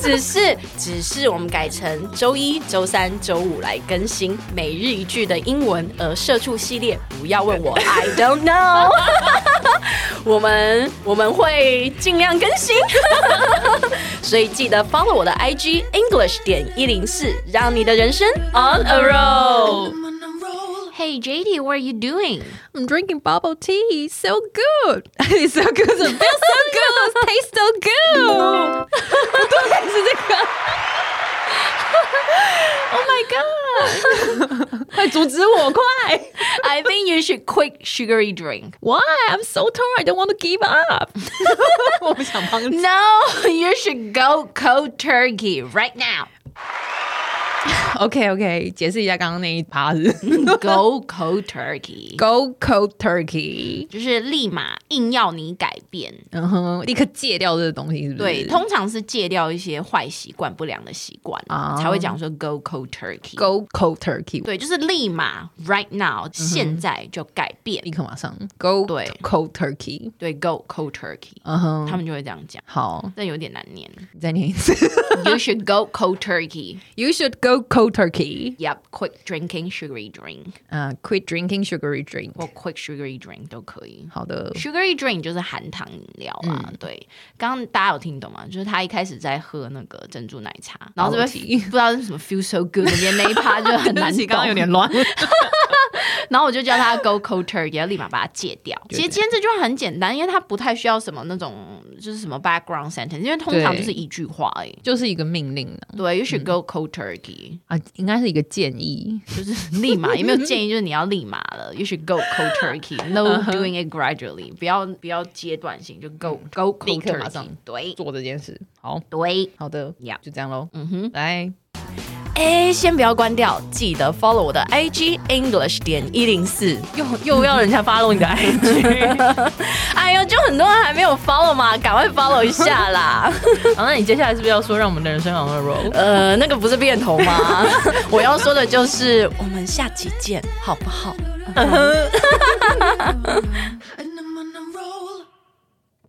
只是只是我们改成周一、周三、周五来更新每日一句的英文，而社畜系列不要问 我，I don't know 我们我们会尽量更新， 所以记得 follow 我的 IG English 点一零四，让你的人生 on a roll。 I'm on a roll. Hey JD, what are you doing? I'm drinking bubble tea. It's so good. It's so good. It feels so good. It tastes so good. 不对，是这个。Oh my god！快阻止我，快 I think you should quit sugary drink. ！Why? I'm so tired. I don't want to give up. 我不想帮你。 No, you should go cold turkey right now. OK OK，解释一下刚刚那一趴是 Go cold turkey. Go cold turkey，就是立马硬要你改变，然后嗯立刻戒掉这个东西，是不是？对，通常是戒掉一些坏习惯、不良的习惯啊才会讲说 go cold turkey。 ，Go 嗯 cold turkey，对，就是立马 right now，、现在就改变立。刻马上 Go 对 cold turkey，对，go cold turkey，、嗯哼，他们就会这样讲，好，但有点难念。再念一 次 you should go cold turkey. ，You should go cold turkey， Yep, quick drinking sugary drink 呃、q u i t drinking sugary drink，或 quick sugary drink 都可以。好的， Sugary drink 就是含糖饮料啊，嗯对。刚刚大家有听懂吗？就是他一开始在喝那个珍珠奶茶，然后这边 Bubble tea 不知道是什么 feel so good 里面那一趴就很难懂 对不起。刚刚有点乱，然后我就叫他 go cold turkey，要立马把它戒掉。对其实今天这句话很简单，因为它不太需要什么那种就是什么 background sentence，因为通常对就是一句话而已。就是一个命令呢对，you should go cold turkey，、啊，应该是一个建议，就是立马。有没有建议？就是你要立马了，you should go cold turkey，no Uh-huh doing it gradually，不要不要阶段性，就 go go 嗯立 cold 刻马上 turkey。对做这件事，好，对，好的 Yeah 就这样喽，嗯哼。来，哎，先不要关掉，记得 follow 我的 IG English 点一零 四，又又要人家 follow 你的 IG，哎呦，就很多人还没有 follow 嘛，赶快 follow 一下啦。好，那你接下来是不是要说让我们的人生 on a roll？呃，那个不是变头吗？ 我要说的就是，我们下期见，好不好？ And